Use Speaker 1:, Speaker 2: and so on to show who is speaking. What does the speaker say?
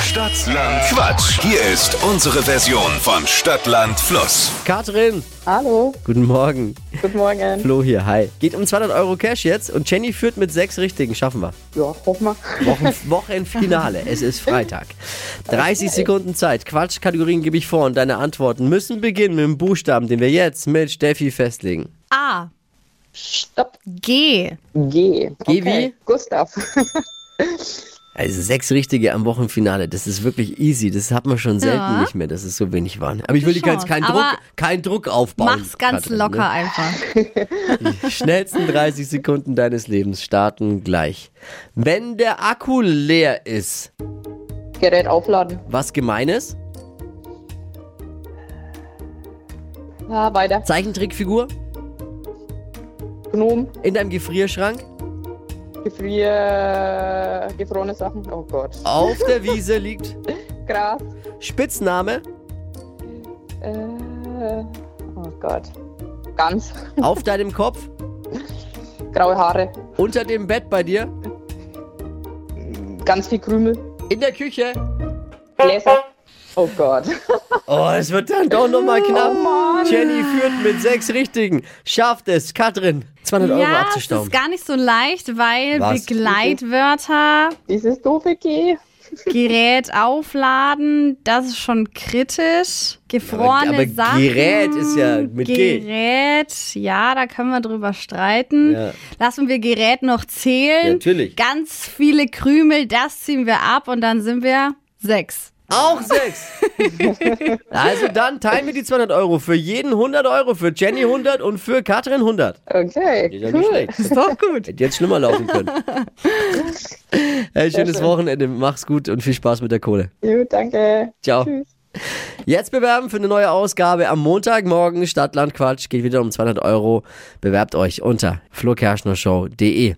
Speaker 1: Stadtland Quatsch. Hier ist unsere Version von Stadtland Fluss.
Speaker 2: Katrin,
Speaker 3: Hallo,
Speaker 2: guten Morgen.
Speaker 3: guten Morgen.
Speaker 2: Flo hier, hi. Geht um 200 Euro Cash jetzt und Jenny führt mit sechs Richtigen. Schaffen wir.
Speaker 3: Ja, hoch mal.
Speaker 2: Wochen, Wochenfinale, es ist Freitag. 30 Sekunden Zeit. Quatschkategorien gebe ich vor und deine Antworten müssen beginnen mit dem Buchstaben, den wir jetzt mit Steffi festlegen.
Speaker 4: A.
Speaker 3: Stopp,
Speaker 4: G.
Speaker 3: G.
Speaker 2: G wie?
Speaker 3: Gustav.
Speaker 2: Also sechs Richtige am Wochenfinale, das ist wirklich easy. Das hat man schon selten
Speaker 4: Ja.
Speaker 2: nicht mehr, dass es so wenig waren. Aber ich will dir ganz
Speaker 4: Chance,
Speaker 2: keinen
Speaker 4: aber
Speaker 2: Druck, keinen Druck aufbauen.
Speaker 4: Mach's ganz
Speaker 2: Katrin, ne?
Speaker 4: locker einfach.
Speaker 2: Die schnellsten 30 Sekunden deines Lebens starten gleich. Wenn der Akku leer ist,
Speaker 3: Gerät aufladen.
Speaker 2: was gemeines?
Speaker 3: Ja, weiter.
Speaker 2: Zeichentrickfigur?
Speaker 3: Gnom,
Speaker 2: In deinem Gefrierschrank?
Speaker 3: Gefrier, gefrorene Sachen. Oh Gott.
Speaker 2: Auf der Wiese liegt?
Speaker 3: Gras.
Speaker 2: Spitzname?
Speaker 3: Äh, oh Gott. Ganz.
Speaker 2: Auf deinem Kopf?
Speaker 3: Graue Haare.
Speaker 2: Unter dem Bett bei dir?
Speaker 3: Ganz viel Krümel.
Speaker 2: In der Küche?
Speaker 3: Gläser. Oh Gott.
Speaker 2: Oh, es wird dann doch nochmal knapp. Jenny führt mit sechs Richtigen. Schafft es, Katrin, 200 Euro
Speaker 4: Ja, es ist
Speaker 2: abzustauben.
Speaker 4: gar nicht so leicht, weil
Speaker 2: Was?
Speaker 4: Begleitwörter,
Speaker 3: Dieses doofe G.
Speaker 4: Gerät aufladen, das ist schon kritisch. Gefrorene
Speaker 2: Aber- aber
Speaker 4: Sachen.
Speaker 2: Gerät ist ja mit G.
Speaker 4: Gerät, ja, da können wir drüber streiten.
Speaker 2: Ja.
Speaker 4: Lassen wir Gerät noch zählen.
Speaker 2: Natürlich.
Speaker 4: Ganz viele Krümel, das ziehen wir ab und dann sind wir sechs.
Speaker 2: Auch sechs. also dann teilen wir die 200 Euro. Für jeden 100 Euro, für Jenny 100 und für Katrin 100.
Speaker 3: Okay.
Speaker 2: Ist ja nicht schlecht.
Speaker 4: Ist doch gut.
Speaker 2: Hätte jetzt schlimmer laufen können. Hey, schönes
Speaker 3: schön.
Speaker 2: Wochenende. Mach's gut und viel Spaß mit der Kohle.
Speaker 3: Gut, danke.
Speaker 2: Ciao.
Speaker 3: Tschüss.
Speaker 2: Jetzt bewerben für eine neue Ausgabe am Montagmorgen. Stadtlandquatsch geht wieder um 200 Euro. Bewerbt euch unter flokerschnershow.de.